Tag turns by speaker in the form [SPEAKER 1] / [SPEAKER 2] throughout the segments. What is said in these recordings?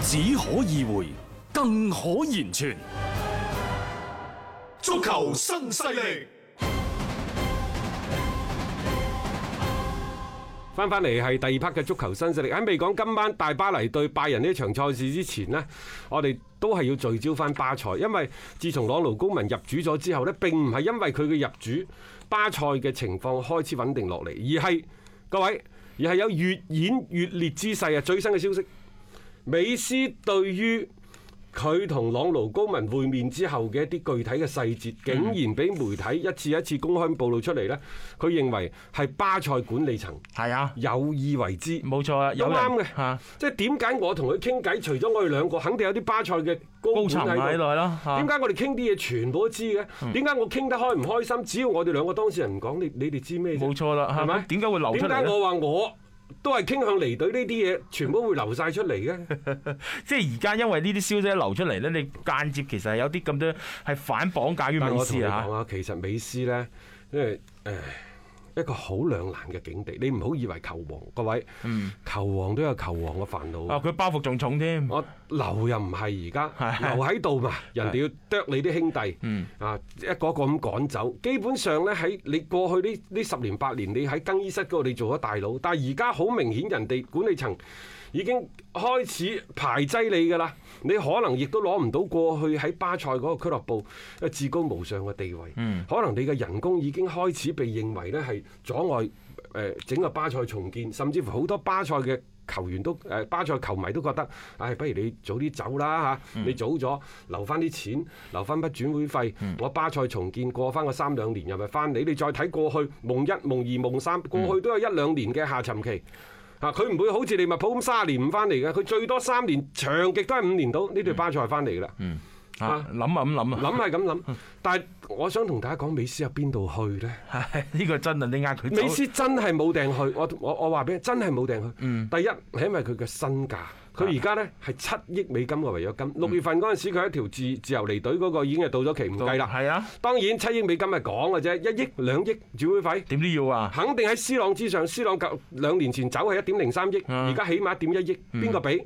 [SPEAKER 1] 只可意會，更可言傳。
[SPEAKER 2] 足球新勢力。
[SPEAKER 3] 翻翻嚟係第二 part 嘅足球新勢力。喺未講今晚大巴黎對拜仁呢一場賽事之前呢，我哋都係要聚焦翻巴塞，因為自從朗奴高文入主咗之後呢，並唔係因為佢嘅入主，巴塞嘅情況開始穩定落嚟，而係各位，而係有越演越烈之勢啊！最新嘅消息，美斯對於佢同朗奴高文會面之後嘅一啲具體嘅細節，竟然俾媒體一次一次公開暴露出嚟呢，佢認為係巴塞管理層。
[SPEAKER 4] 係啊，
[SPEAKER 3] 有意為之，
[SPEAKER 4] 冇錯啊，
[SPEAKER 3] 都
[SPEAKER 4] 有人
[SPEAKER 3] 啱嘅。
[SPEAKER 4] 嚇
[SPEAKER 3] 即係點解我同佢傾偈，除咗我哋兩個，肯定有啲巴塞嘅
[SPEAKER 4] 高
[SPEAKER 3] 高管
[SPEAKER 4] 層喺
[SPEAKER 3] 喺度。
[SPEAKER 4] 內啦嚇嗯
[SPEAKER 3] 點。解我哋傾啲嘢全部都知嘅？點解我傾得開唔開心？只要我哋兩個當事人唔講，你你哋知咩啫？
[SPEAKER 4] 冇錯啦嚇
[SPEAKER 3] 係咪？
[SPEAKER 4] 點解會流出嚟
[SPEAKER 3] 點解
[SPEAKER 4] 咧
[SPEAKER 3] 我話我都係傾向離隊呢啲嘢，全部會流晒出嚟 嘅？
[SPEAKER 4] 即係而家因為呢啲消息流出嚟咧，你間接其實係有啲咁多係反綁架於
[SPEAKER 3] 但
[SPEAKER 4] 美
[SPEAKER 3] 我同
[SPEAKER 4] 斯
[SPEAKER 3] 你
[SPEAKER 4] 啊
[SPEAKER 3] 講啊，其實美斯呢，因為誒一個好兩難嘅境地。你唔好以為球王，各位，
[SPEAKER 4] 嗯
[SPEAKER 3] 球王都有球王嘅煩惱
[SPEAKER 4] 嚇。。啊，佢包袱仲重添。
[SPEAKER 3] 我留又唔係而家，
[SPEAKER 4] 係嗯
[SPEAKER 3] 留喺度嘛，人哋要啄你啲兄弟，啊一個一個咁趕走。基本上呢，喺你過去呢呢十年八年，你喺更衣室嗰度你做咗大佬，但係而家好明顯，人哋管理層已經開始排擠你㗎啦。你可能亦都攞唔到過去喺巴塞嗰個俱樂部一至高無上嘅地位，
[SPEAKER 4] 嗯
[SPEAKER 3] 可能你嘅人工已經開始被認為呢係阻礙誒呃整個巴塞重建，甚至乎好多巴塞嘅。球員都誒巴塞球迷都覺得，唉、不如你早啲走啦嚇，你早咗留翻啲錢，留翻筆轉會費，我巴塞重建過翻個三兩年又咪翻你，你再睇過去夢一、夢二、夢三，過去都有一兩年嘅下沉期。啊！佢唔會好似利物浦咁三年唔翻嚟嘅，佢最多三年，長極都係五年到呢隊巴塞翻嚟㗎啦。
[SPEAKER 4] 嚇諗啊咁諗啊，
[SPEAKER 3] 諗係咁諗，但係我想同大家講，美斯有邊度去呢？
[SPEAKER 4] 係呢個真啊，你 呃佢走。
[SPEAKER 3] 美斯真係冇訂去，我我我話俾你，真係冇訂去。
[SPEAKER 4] 嗯
[SPEAKER 3] 第一係因為佢嘅身價，佢而家呢係七億美金嘅違約
[SPEAKER 4] 嗯
[SPEAKER 3] 金。六月份嗰陣時，佢一條自自由離隊嗰個已經係到咗期唔計啦。
[SPEAKER 4] 係啊，
[SPEAKER 3] 當然七億美金係講嘅啫，一億兩億轉會費。
[SPEAKER 4] 點都要啊。
[SPEAKER 3] 肯定喺 C 朗之上，C 朗舊兩年前走係一點零三億，
[SPEAKER 4] 啊
[SPEAKER 3] 而家起碼一點一億，
[SPEAKER 4] 嗯
[SPEAKER 3] 邊個俾？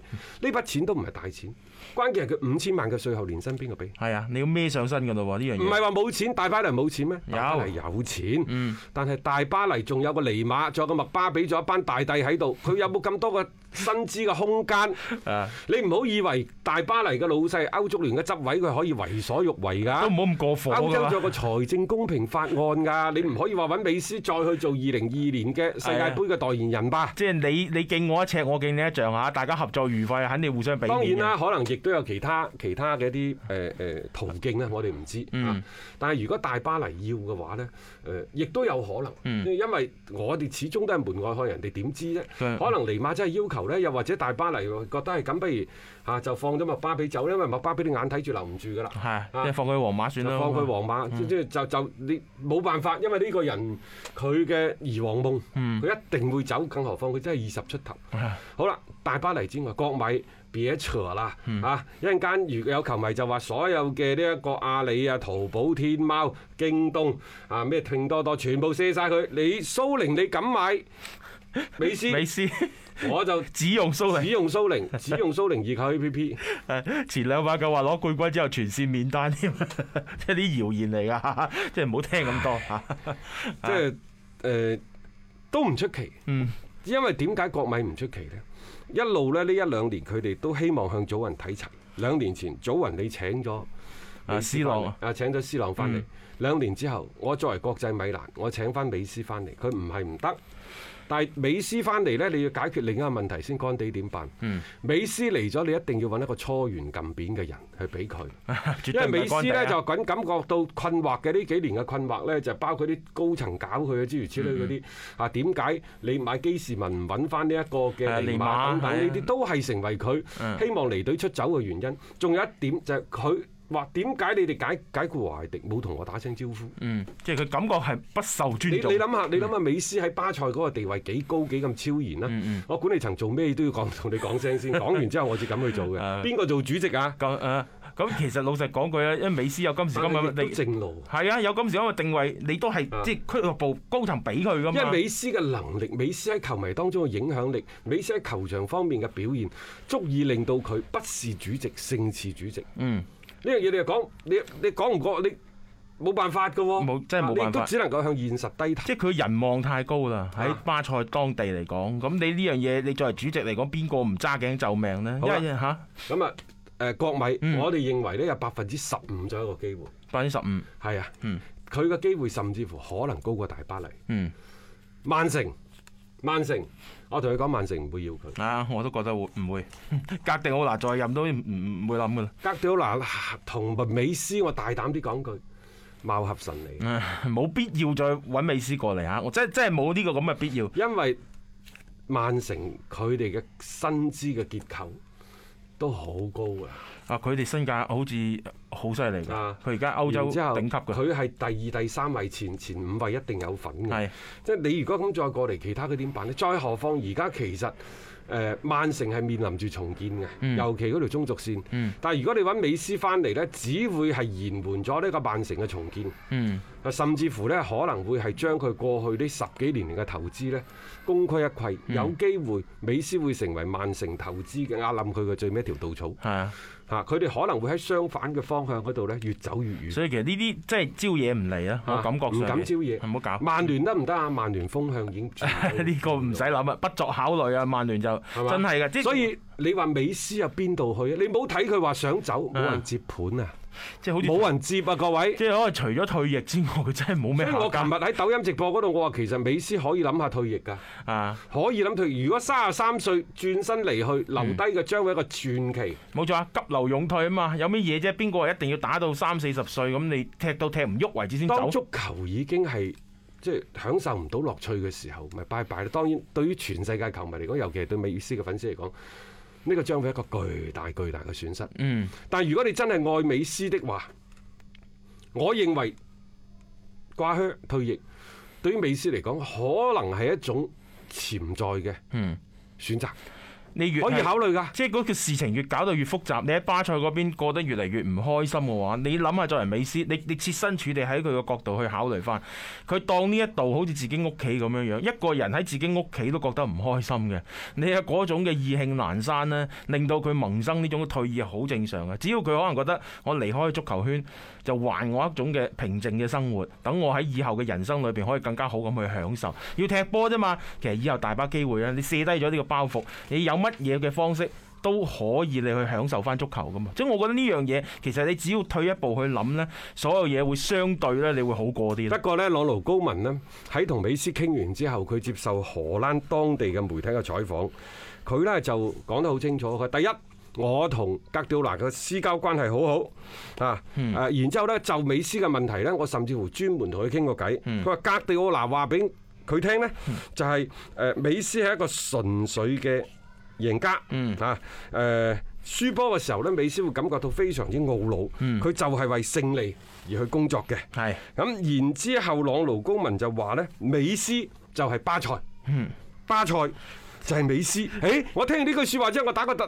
[SPEAKER 3] 呢筆錢都唔係大錢，關鍵係佢五千萬嘅税後年薪邊個俾？
[SPEAKER 4] 係啊，你要孭上身㗎咯喎呢樣
[SPEAKER 3] 唔
[SPEAKER 4] 嘢。
[SPEAKER 3] 係話冇錢，大巴黎冇錢咩？
[SPEAKER 4] 有嗯
[SPEAKER 3] 大巴黎有錢，但係大巴黎仲有個尼馬，仲有個麥巴比，仲有一班大帝喺度，佢有冇咁多個薪資嘅空 間？
[SPEAKER 4] 啊
[SPEAKER 3] 你唔好以為大巴黎嘅老細歐足聯嘅執委佢可以為所欲為㗎。
[SPEAKER 4] 都唔好咁過火
[SPEAKER 3] 歐洲
[SPEAKER 4] 㗎
[SPEAKER 3] 仲
[SPEAKER 4] 嘛。
[SPEAKER 3] 有個財政公平法案㗎，你唔可以話揾美斯再去做二零二年嘅世
[SPEAKER 4] 啊
[SPEAKER 3] 界盃嘅代言人吧？
[SPEAKER 4] 即係你你敬我一尺，我敬你一丈嚇，大家合作愉快，肯定互相俾面
[SPEAKER 3] 當
[SPEAKER 4] 嘅
[SPEAKER 3] 然啦，，可能亦都有其他其他嘅一啲誒誒途徑咧，我哋唔知、啊。但係如果大巴黎要嘅話咧，誒、呃亦都有可能，因為我哋始終都係門外漢，人哋點知啫？
[SPEAKER 4] 對
[SPEAKER 3] 可能尼馬真係要求咧，又或者大巴黎覺得係咁，不如嚇、就放咗麥巴比走咧，因為麥巴比啲眼睇住留唔住㗎啦。
[SPEAKER 4] 係
[SPEAKER 3] 啊
[SPEAKER 4] 即係放佢皇馬算
[SPEAKER 3] 就
[SPEAKER 4] 啦。
[SPEAKER 3] 放佢皇馬，即即就就你冇辦法，因為呢個人佢嘅兒皇夢，佢一定會走，更何況佢真係二十出頭。好啦，大巴黎之外，國米。別扯啦嚇！一陣間如果有球迷就話所有嘅呢一個阿里啊、淘寶、天貓、京東啊、咩拼多多，全部卸晒佢。你蘇寧你敢買美 斯，
[SPEAKER 4] 美斯
[SPEAKER 3] 我就
[SPEAKER 4] 只用蘇
[SPEAKER 3] 只
[SPEAKER 4] 寧，
[SPEAKER 3] 用蘇寧，只用蘇寧易購 A P P。
[SPEAKER 4] 前兩晚佢話攞冠軍之後全線免單添， 即係啲謠言嚟㗎， 即係唔好聽咁多 啊嚇。
[SPEAKER 3] 即係誒、呃都唔出奇。
[SPEAKER 4] 嗯
[SPEAKER 3] 因為點解國米唔出奇呢？一路咧呢一兩年佢哋都希望向祖雲睇齊。兩年前祖雲你請咗
[SPEAKER 4] 啊嗯
[SPEAKER 3] 美斯
[SPEAKER 4] 斯朗
[SPEAKER 3] 返嚟啊請咗斯朗翻嚟，兩年之後我作為國際米蘭，我請翻美斯翻嚟，佢唔係唔得。但係美斯翻嚟呢，你要解決另一個問題先，乾地點辦？
[SPEAKER 4] 嗯
[SPEAKER 3] 美斯嚟咗，你一定要揾一個搓圓撳扁嘅人去俾佢。
[SPEAKER 4] 絕
[SPEAKER 3] 因
[SPEAKER 4] 對
[SPEAKER 3] 為
[SPEAKER 4] 唔
[SPEAKER 3] 美
[SPEAKER 4] 係
[SPEAKER 3] 斯
[SPEAKER 4] 乾地啊
[SPEAKER 3] 咧就感感覺到困惑嘅呢幾年嘅困惑咧，就包括啲高層搞佢啊，諸如此類嗰啲啊，點解你買基士文唔揾翻呢一個
[SPEAKER 4] 誒
[SPEAKER 3] 嘅尼
[SPEAKER 4] 尼馬
[SPEAKER 3] 馬等
[SPEAKER 4] 係啊
[SPEAKER 3] 等呢啲，都係成為佢
[SPEAKER 4] 嗯
[SPEAKER 3] 希望離隊出走嘅原因。仲有一點就係佢話點解你哋解解雇華迪冇同我打聲招呼？
[SPEAKER 4] 嗯，即係佢感覺係不受
[SPEAKER 3] 你
[SPEAKER 4] 尊
[SPEAKER 3] 你
[SPEAKER 4] 重。
[SPEAKER 3] 諗下，你諗下美斯喺巴塞嗰個地位幾高幾咁超然啦、
[SPEAKER 4] 嗯
[SPEAKER 3] 我管理層做咩都要講同你講聲先，講完之後我至咁 去做嘅
[SPEAKER 4] 誒。
[SPEAKER 3] 邊個做主席啊？
[SPEAKER 4] 咁誒，咁其實老實講句啊，因為美斯有今時今日
[SPEAKER 3] 但係亦
[SPEAKER 4] 嘅
[SPEAKER 3] 都
[SPEAKER 4] 地，
[SPEAKER 3] 正路。
[SPEAKER 4] 係啊，有今時今日嘅定位，你都係
[SPEAKER 3] 啊
[SPEAKER 4] 即係俱樂部高層俾佢噶
[SPEAKER 3] 因為
[SPEAKER 4] 嘛。
[SPEAKER 3] 美斯嘅能力，美斯喺球迷當中嘅影響力，美斯喺球場方面嘅表現，足以令到佢不是主席，勝似主席。嗯，呢樣嘢你又講，你你講唔過，你冇辦法嘅喎。啊
[SPEAKER 4] 冇真係冇
[SPEAKER 3] 你亦
[SPEAKER 4] 辦法
[SPEAKER 3] 都只能夠向現實低頭。
[SPEAKER 4] 即係佢人望太高啦，喺
[SPEAKER 3] 啊
[SPEAKER 4] 巴塞當地嚟講，咁你呢樣嘢，你作為主席嚟講，邊個唔揸頸就命呢？
[SPEAKER 3] 好
[SPEAKER 4] 因
[SPEAKER 3] 啦
[SPEAKER 4] 為嚇
[SPEAKER 3] 咁啊，誒國米，
[SPEAKER 4] 嗯
[SPEAKER 3] 我哋認為呢有百分之十五左右嘅機會。
[SPEAKER 4] 百分之十五，
[SPEAKER 3] 係啊，
[SPEAKER 4] 嗯
[SPEAKER 3] 佢嘅機會甚至乎可能高過大巴黎。
[SPEAKER 4] 嗯
[SPEAKER 3] 曼城，曼城，我同佢講，曼城唔會要佢。
[SPEAKER 4] 啊，我都覺得會唔會 格定奧拿再任都唔唔唔會諗噶啦。
[SPEAKER 3] 格調嗱，同埋美斯，我大膽啲講句，貌合神離。
[SPEAKER 4] 唉冇必要再揾美斯過嚟嚇，我真真係冇呢個咁嘅必要。
[SPEAKER 3] 因為曼城佢哋嘅薪資嘅結構都好高嘅，
[SPEAKER 4] 啊，佢哋身價好似好犀利㗎，
[SPEAKER 3] 啊
[SPEAKER 4] 佢而家歐洲
[SPEAKER 3] 然之後
[SPEAKER 4] 頂級㗎，
[SPEAKER 3] 佢係第二、第三位，前前五位一定有份嘅。
[SPEAKER 4] 係
[SPEAKER 3] 即係你如果咁再過嚟，其他佢點辦呢？再何況而家其實誒、呃曼城係面臨住重建嘅，尤其嗰條中軸線。
[SPEAKER 4] 嗯
[SPEAKER 3] 但係如果你揾美斯翻嚟呢，只會係延緩咗呢個曼城嘅重建。
[SPEAKER 4] 嗯
[SPEAKER 3] 啊甚至乎呢，可能會係將佢過去呢十幾年嚟嘅投資呢，功虧一簣，
[SPEAKER 4] 嗯
[SPEAKER 3] 有機會美斯會成為曼城投資嘅壓冧佢嘅最尾一條稻草
[SPEAKER 4] 係啊，
[SPEAKER 3] 嚇，佢哋可能會喺相反嘅方向嗰度呢，越走越遠。啊
[SPEAKER 4] 所以其實呢啲即係招嘢唔嚟啊啦，我感覺
[SPEAKER 3] 唔
[SPEAKER 4] 上
[SPEAKER 3] 敢
[SPEAKER 4] 嘅
[SPEAKER 3] 招嘢
[SPEAKER 4] 唔好搞。
[SPEAKER 3] 曼聯得唔得啊？曼聯風向已經轉 咗
[SPEAKER 4] 呢個唔使諗啊，不作考慮啊！曼聯就
[SPEAKER 3] 嘛
[SPEAKER 4] 真係㗎，即係
[SPEAKER 3] 所以你話美斯入邊度去啊？你冇睇佢話想走，冇人接盤啊，
[SPEAKER 4] 即係好似
[SPEAKER 3] 冇，人接啊，各位。
[SPEAKER 4] 即係可能除咗退役之外，佢真係冇
[SPEAKER 3] 所
[SPEAKER 4] 咩
[SPEAKER 3] 以我
[SPEAKER 4] 下
[SPEAKER 3] 琴日
[SPEAKER 4] 家
[SPEAKER 3] 喺抖音直播嗰度，我話其實美斯可以諗下退役㗎。
[SPEAKER 4] 啊！
[SPEAKER 3] 可以諗佢，如果三十三歲轉身離去，留低嘅將會一個傳奇。
[SPEAKER 4] 冇錯啊，急流勇退啊嘛，有咩嘢啫？邊個話一定要打到三四十歲咁，你踢到踢唔喐為止先嗯走
[SPEAKER 3] 當？足球已經係即係享受唔到樂趣嘅時候，咪拜拜啦。當然，對於全世界球迷嚟講，尤其係對美斯嘅粉絲嚟講，呢個將會一個巨大巨大嘅損失。
[SPEAKER 4] 嗯，
[SPEAKER 3] 但係如果你真係愛美斯的話，我認為掛靴退役對於美斯嚟講，可能係一種潛在嘅
[SPEAKER 4] 嗯
[SPEAKER 3] 選擇，
[SPEAKER 4] 你越
[SPEAKER 3] 可以
[SPEAKER 4] 係
[SPEAKER 3] 考慮㗎。
[SPEAKER 4] 即係嗰個事情越搞到越複雜，你喺巴塞嗰邊過得越嚟越唔開心嘅話，你諗下作為美斯，你你設身處地喺佢個角度去考慮翻，佢當呢一度好似自己屋企咁樣樣，一個人喺自己屋企都覺得唔開心嘅，你有嗰種嘅意興闌珊呢，令到佢萌生呢種退意係好正常嘅。只要佢可能覺得我離開足球圈，就還我一種嘅平靜嘅生活，等我喺以後嘅人生裏邊可以更加好咁去享受。要踢波啫嘛，其實以後大把機會啊！你卸低咗呢個包袱，你有乜嘢嘅方式？都可以你去享受翻足球噶嘛，即係我覺得呢樣嘢其實你只要退一步去諗呢，所有嘢會相對呢，你會好過啲
[SPEAKER 3] 不
[SPEAKER 4] 咯。
[SPEAKER 3] 過呢，朗奴高文呢，喺同美斯傾完之後，佢接受荷蘭當地嘅媒體嘅採訪，佢呢就講得好清楚。佢第一，我同格調拿嘅私交關係好好啊，誒、然之後呢，就美斯嘅問題呢，我甚至乎專門同佢傾過偈。佢話、格調拿話俾佢聽呢，就係、誒美斯係一個純粹嘅贏家，啊誒。輸波嘅時候呢，美斯會感覺到非常之懊惱，佢、就係為勝利而去工作嘅。
[SPEAKER 4] 係
[SPEAKER 3] 咁然之後，朗奴高文就話呢美斯就係巴塞，
[SPEAKER 4] 嗯
[SPEAKER 3] 巴塞就係美斯。誒，我聽完呢句説話之後，我打個突。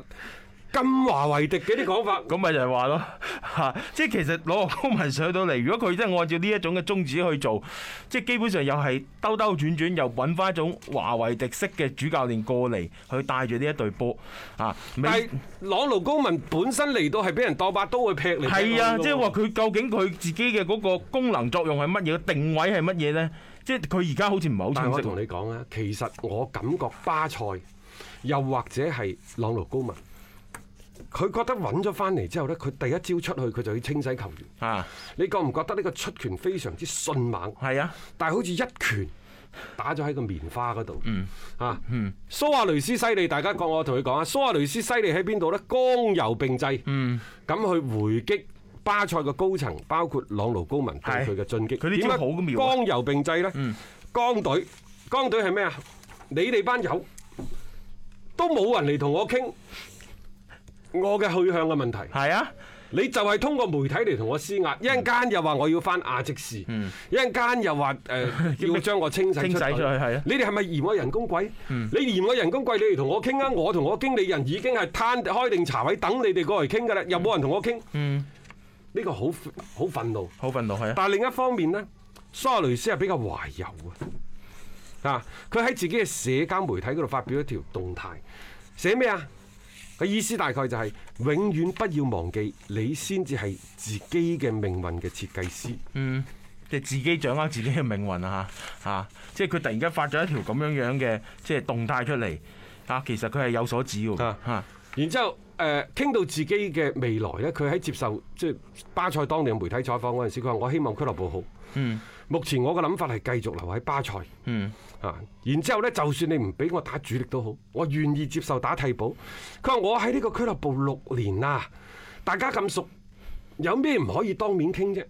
[SPEAKER 3] 金華為敵嘅啲講法，
[SPEAKER 4] 咁咪就係話咯， 嚇！即係其實攞個公民上到嚟，如果佢真係按照呢一種嘅宗旨去做，即係基本上又係兜兜轉轉，又揾翻一種華為迪式嘅主教練過嚟去帶住呢一隊波啊！美
[SPEAKER 3] 但係朗奴高文本身嚟到係俾人當把刀去劈嚟。
[SPEAKER 4] 係啊，即係話佢究竟佢自己嘅嗰個功能作用係乜嘢，定位係乜嘢呢？即係佢而家好似唔係好
[SPEAKER 3] 但係我
[SPEAKER 4] 清晰
[SPEAKER 3] 同
[SPEAKER 4] 喎。
[SPEAKER 3] 你講啊，其實我感覺巴塞又或者係朗奴高文。佢覺得揾咗翻嚟之後呢，佢第一招出去佢就要清洗球員。
[SPEAKER 4] 啊，
[SPEAKER 3] 你覺唔覺得呢個出拳非常之迅猛？
[SPEAKER 4] 係啊，
[SPEAKER 3] 但係好似一拳打咗喺個棉花嗰度。嗯，啊，蘇亞雷斯犀利，大家講我同佢講啊，蘇亞雷斯犀利喺邊度呢？剛柔並濟。嗯，咁去回擊。巴塞嘅高層包括朗奴高文對
[SPEAKER 4] 係
[SPEAKER 3] 佢嘅進擊，
[SPEAKER 4] 佢呢招
[SPEAKER 3] 點解
[SPEAKER 4] 好妙啊
[SPEAKER 3] 剛柔並濟呢？剛隊，剛隊係咩啊？你哋班友都冇人嚟同我傾我嘅去向嘅問題。
[SPEAKER 4] 係啊，
[SPEAKER 3] 你就係通過媒體嚟同我施
[SPEAKER 4] 嗯
[SPEAKER 3] 壓，一陣間又話我要翻亞積士，一陣間又話誒、 呃要將我清洗
[SPEAKER 4] 清洗
[SPEAKER 3] 隊
[SPEAKER 4] 出去係啊嗯
[SPEAKER 3] 你哋係咪嫌我人工貴？你嫌我人工貴，你嚟同我傾啊！我同我經理人已經係攤開定茶位等你哋過嚟傾㗎啦，又冇人同我傾。呢、
[SPEAKER 4] 嗯
[SPEAKER 3] 個好好憤怒。
[SPEAKER 4] 好憤怒係啊，
[SPEAKER 3] 但係另一方面呢，蘇亞雷斯係比較懷柔啊！啊，佢喺自己嘅社交媒體嗰度發表一條動態，寫咩啊？個意思大概就係、永遠不要忘記，你先至係自己嘅命運嘅設計師。
[SPEAKER 4] 即係自己掌握自己嘅命運啊嚇嚇，即係佢突然間發咗一條咁樣樣嘅即係動態出嚟啊，其實佢係有所指喎
[SPEAKER 3] 啊
[SPEAKER 4] 嚇，
[SPEAKER 3] 然之後，誒傾到自己嘅未來呢，佢喺接受即係巴塞當地嘅媒體採訪嗰陣時，佢話：我希望俱樂部好。
[SPEAKER 4] 嗯
[SPEAKER 3] 目前我嘅諗法係繼續留喺巴塞。
[SPEAKER 4] 嗯
[SPEAKER 3] 啊！然之後呢，就算你唔俾我打主力都好，我願意接受打替補。佢話我喺呢個俱樂部六年啦，大家咁熟，有咩唔可以當面傾 啫？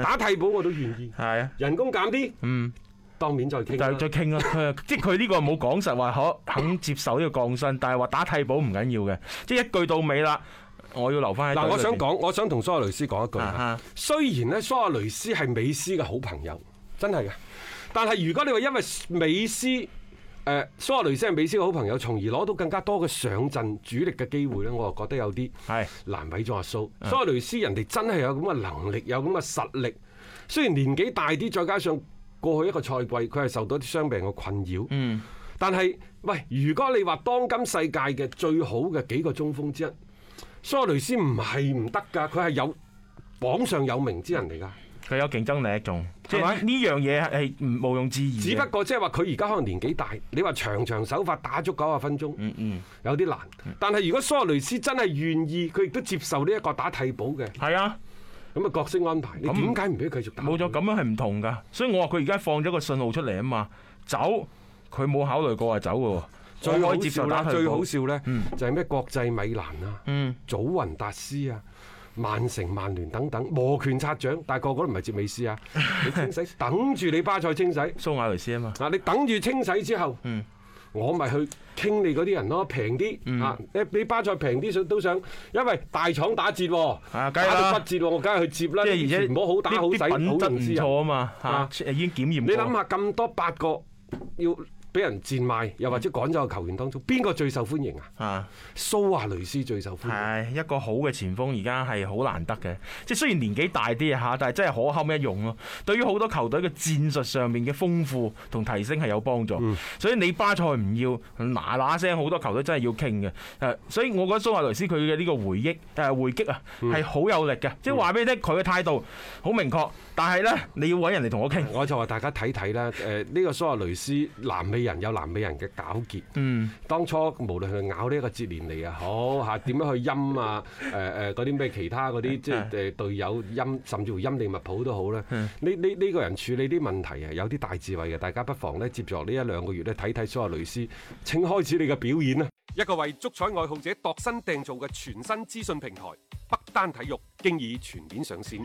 [SPEAKER 3] 打替補我都願意，
[SPEAKER 4] 係啊。
[SPEAKER 3] 人工減啲，嗯，當面再傾啦。
[SPEAKER 4] 就再傾啦，啊佢 即係佢呢個冇講實話可肯接受呢個降薪，但係話打替補唔緊要嘅，即係一句到尾啦，我要留翻喺
[SPEAKER 3] 嗱，
[SPEAKER 4] 隊
[SPEAKER 3] 我想
[SPEAKER 4] 裏邊
[SPEAKER 3] 講，我想同蘇亞雷斯講一句
[SPEAKER 4] 啊
[SPEAKER 3] 啊
[SPEAKER 4] 哈。
[SPEAKER 3] 雖然呢，蘇亞雷斯係美斯嘅好朋友，真係嘅。但係如果你話因為美斯，誒、蘇亞雷斯係美斯嘅好朋友，從而攞到更加多嘅上陣主力嘅機會呢，我就覺得有啲
[SPEAKER 4] 係
[SPEAKER 3] 難為咗阿蘇。蘇亞雷斯人哋真係有咁嘅能力，有咁嘅實力。雖然年紀大啲，再加上過去一個賽季佢係受到啲傷病嘅困擾。嗯。但係，喂，如果你話當今世界嘅最好嘅幾個中鋒之一，蘇亞雷斯唔係唔得㗎，佢係有榜上有名之人嚟㗎。
[SPEAKER 4] 佢有競爭力仲，即係
[SPEAKER 3] 係咪
[SPEAKER 4] 呢樣嘢係係毋毋庸置疑嘅。
[SPEAKER 3] 只不過即係話佢而家可能年紀大，你話長長手法打足九十分
[SPEAKER 4] 嗯
[SPEAKER 3] 鐘，有啲難。但係如果蘇亞雷斯真係願意，佢亦都接受呢一個打替補嘅
[SPEAKER 4] 係啊，
[SPEAKER 3] 咁嘅角色安排，你
[SPEAKER 4] 咁
[SPEAKER 3] 點解唔俾佢繼續打？
[SPEAKER 4] 冇咗咁樣係唔同㗎，所以我話佢而家放咗個信號出嚟啊嘛，走佢冇考慮過話走嘅喎，
[SPEAKER 3] 最
[SPEAKER 4] 我可
[SPEAKER 3] 好
[SPEAKER 4] 以接
[SPEAKER 3] 笑
[SPEAKER 4] 受打
[SPEAKER 3] 啦，
[SPEAKER 4] 替補
[SPEAKER 3] 最好笑呢，
[SPEAKER 4] 嗯
[SPEAKER 3] 就係咩國際米蘭啊、祖雲達斯啊、曼城、曼聯等等摩拳擦掌，但係個個都唔係接 美斯啊，你清洗等住你巴塞清洗
[SPEAKER 4] 蘇亞雷斯啊嘛，
[SPEAKER 3] 嗱，你等住清洗之後，
[SPEAKER 4] 嗯
[SPEAKER 3] 我咪去傾你嗰啲人咯，平啲啊！你你巴塞平啲想都想，因為大廠打折喎，
[SPEAKER 4] 啊梗係啦
[SPEAKER 3] 打到骨折喎，我梗係去接啦。
[SPEAKER 4] 即係而且
[SPEAKER 3] 全部好打好
[SPEAKER 4] 啲
[SPEAKER 3] 使，
[SPEAKER 4] 啲品
[SPEAKER 3] 好用
[SPEAKER 4] 質唔
[SPEAKER 3] 之人。
[SPEAKER 4] 錯啊嘛
[SPEAKER 3] 啊
[SPEAKER 4] 嚇，已經檢驗
[SPEAKER 3] 你
[SPEAKER 4] 過。
[SPEAKER 3] 諗下咁多八個要俾人賤賣，又或者趕走嘅球員當中，邊個最受歡迎啊？
[SPEAKER 4] 啊？
[SPEAKER 3] 蘇亞雷斯最受歡迎。
[SPEAKER 4] 係一個好嘅前鋒，而家係好難得嘅。即係雖然年紀大啲嚇，但係真係可堪一用咯。對於好多球隊嘅戰術上面嘅豐富同提升係有幫助。所以你巴塞唔要嗱嗱聲，好多球隊真係要傾嘅。誒，所以我覺得蘇亞雷斯佢嘅呢個回憶誒回擊啊，係好有力嘅。即係話俾你聽，佢嘅態度好明確，但係呢，你要揾人嚟同我傾。
[SPEAKER 3] 我就話大家睇睇啦，誒、呢、個蘇亞雷斯南美人有南美人嘅糾結。
[SPEAKER 4] 嗯，
[SPEAKER 3] 當初無論係咬呢一個哲連尼啊，好嚇點樣去陰啊，誒誒嗰啲咩其他嗰啲即係誒隊友陰，甚至乎陰利物浦都好啦。呢呢呢個人處理啲問題啊，有啲大智慧嘅，大家不妨咧接住落呢一兩個月咧睇睇蘇亞雷斯，請開始你嘅表演啦！一個為足彩愛好者度身訂造嘅全新資訊平台北單體育，經已全面上線。